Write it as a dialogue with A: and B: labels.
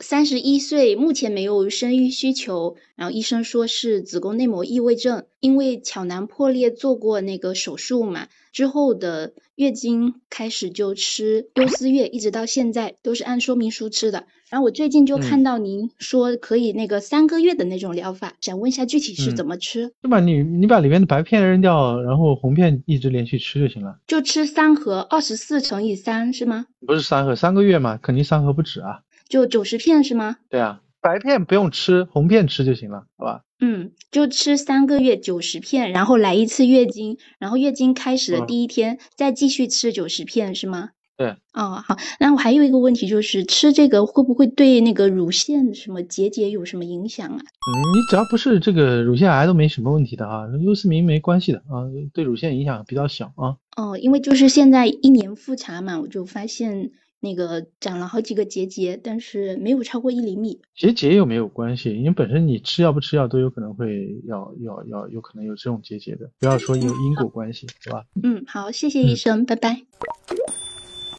A: 三十一岁，目前没有生育需求。然后医生说是子宫内膜异位症，因为巧囊破裂做过那个手术嘛，之后的月经开始就吃优思悦，一直到现在都是按说明书吃的。然后我最近就看到您说可以那个三个月的那种疗法，想问一下具体是怎么吃？
B: 就把你你把里面的白片扔掉，然后红片一直连续吃就行了。
A: 就吃三盒，二十四乘以三是吗？
B: 不是三盒，三个月嘛，肯定三盒不止啊。
A: 就九十片是吗？
B: 对啊，白片不用吃，红片吃就行了，好吧？
A: 嗯，就吃三个月九十片，然后来一次月经，然后月经开始的第一天、再继续吃九十片是吗？
B: 对。
A: 哦，好，那我还有一个问题就是，吃这个会不会对那个乳腺什么结节有什么影响啊？
B: 嗯，你只要不是这个乳腺癌都没什么问题的啊，优思明没关系的啊，对乳腺影响比较小啊。
A: 哦，因为就是现在一年复查嘛，我就发现那个长了好几个结节，但是没有超过一厘米。
B: 结节又没有关系，因为本身你吃药不吃药都有可能会要要要有可能有这种结节的，不要说有因果关系，是吧？
A: 嗯，好，谢谢医
B: 嗯
A: 生，拜拜。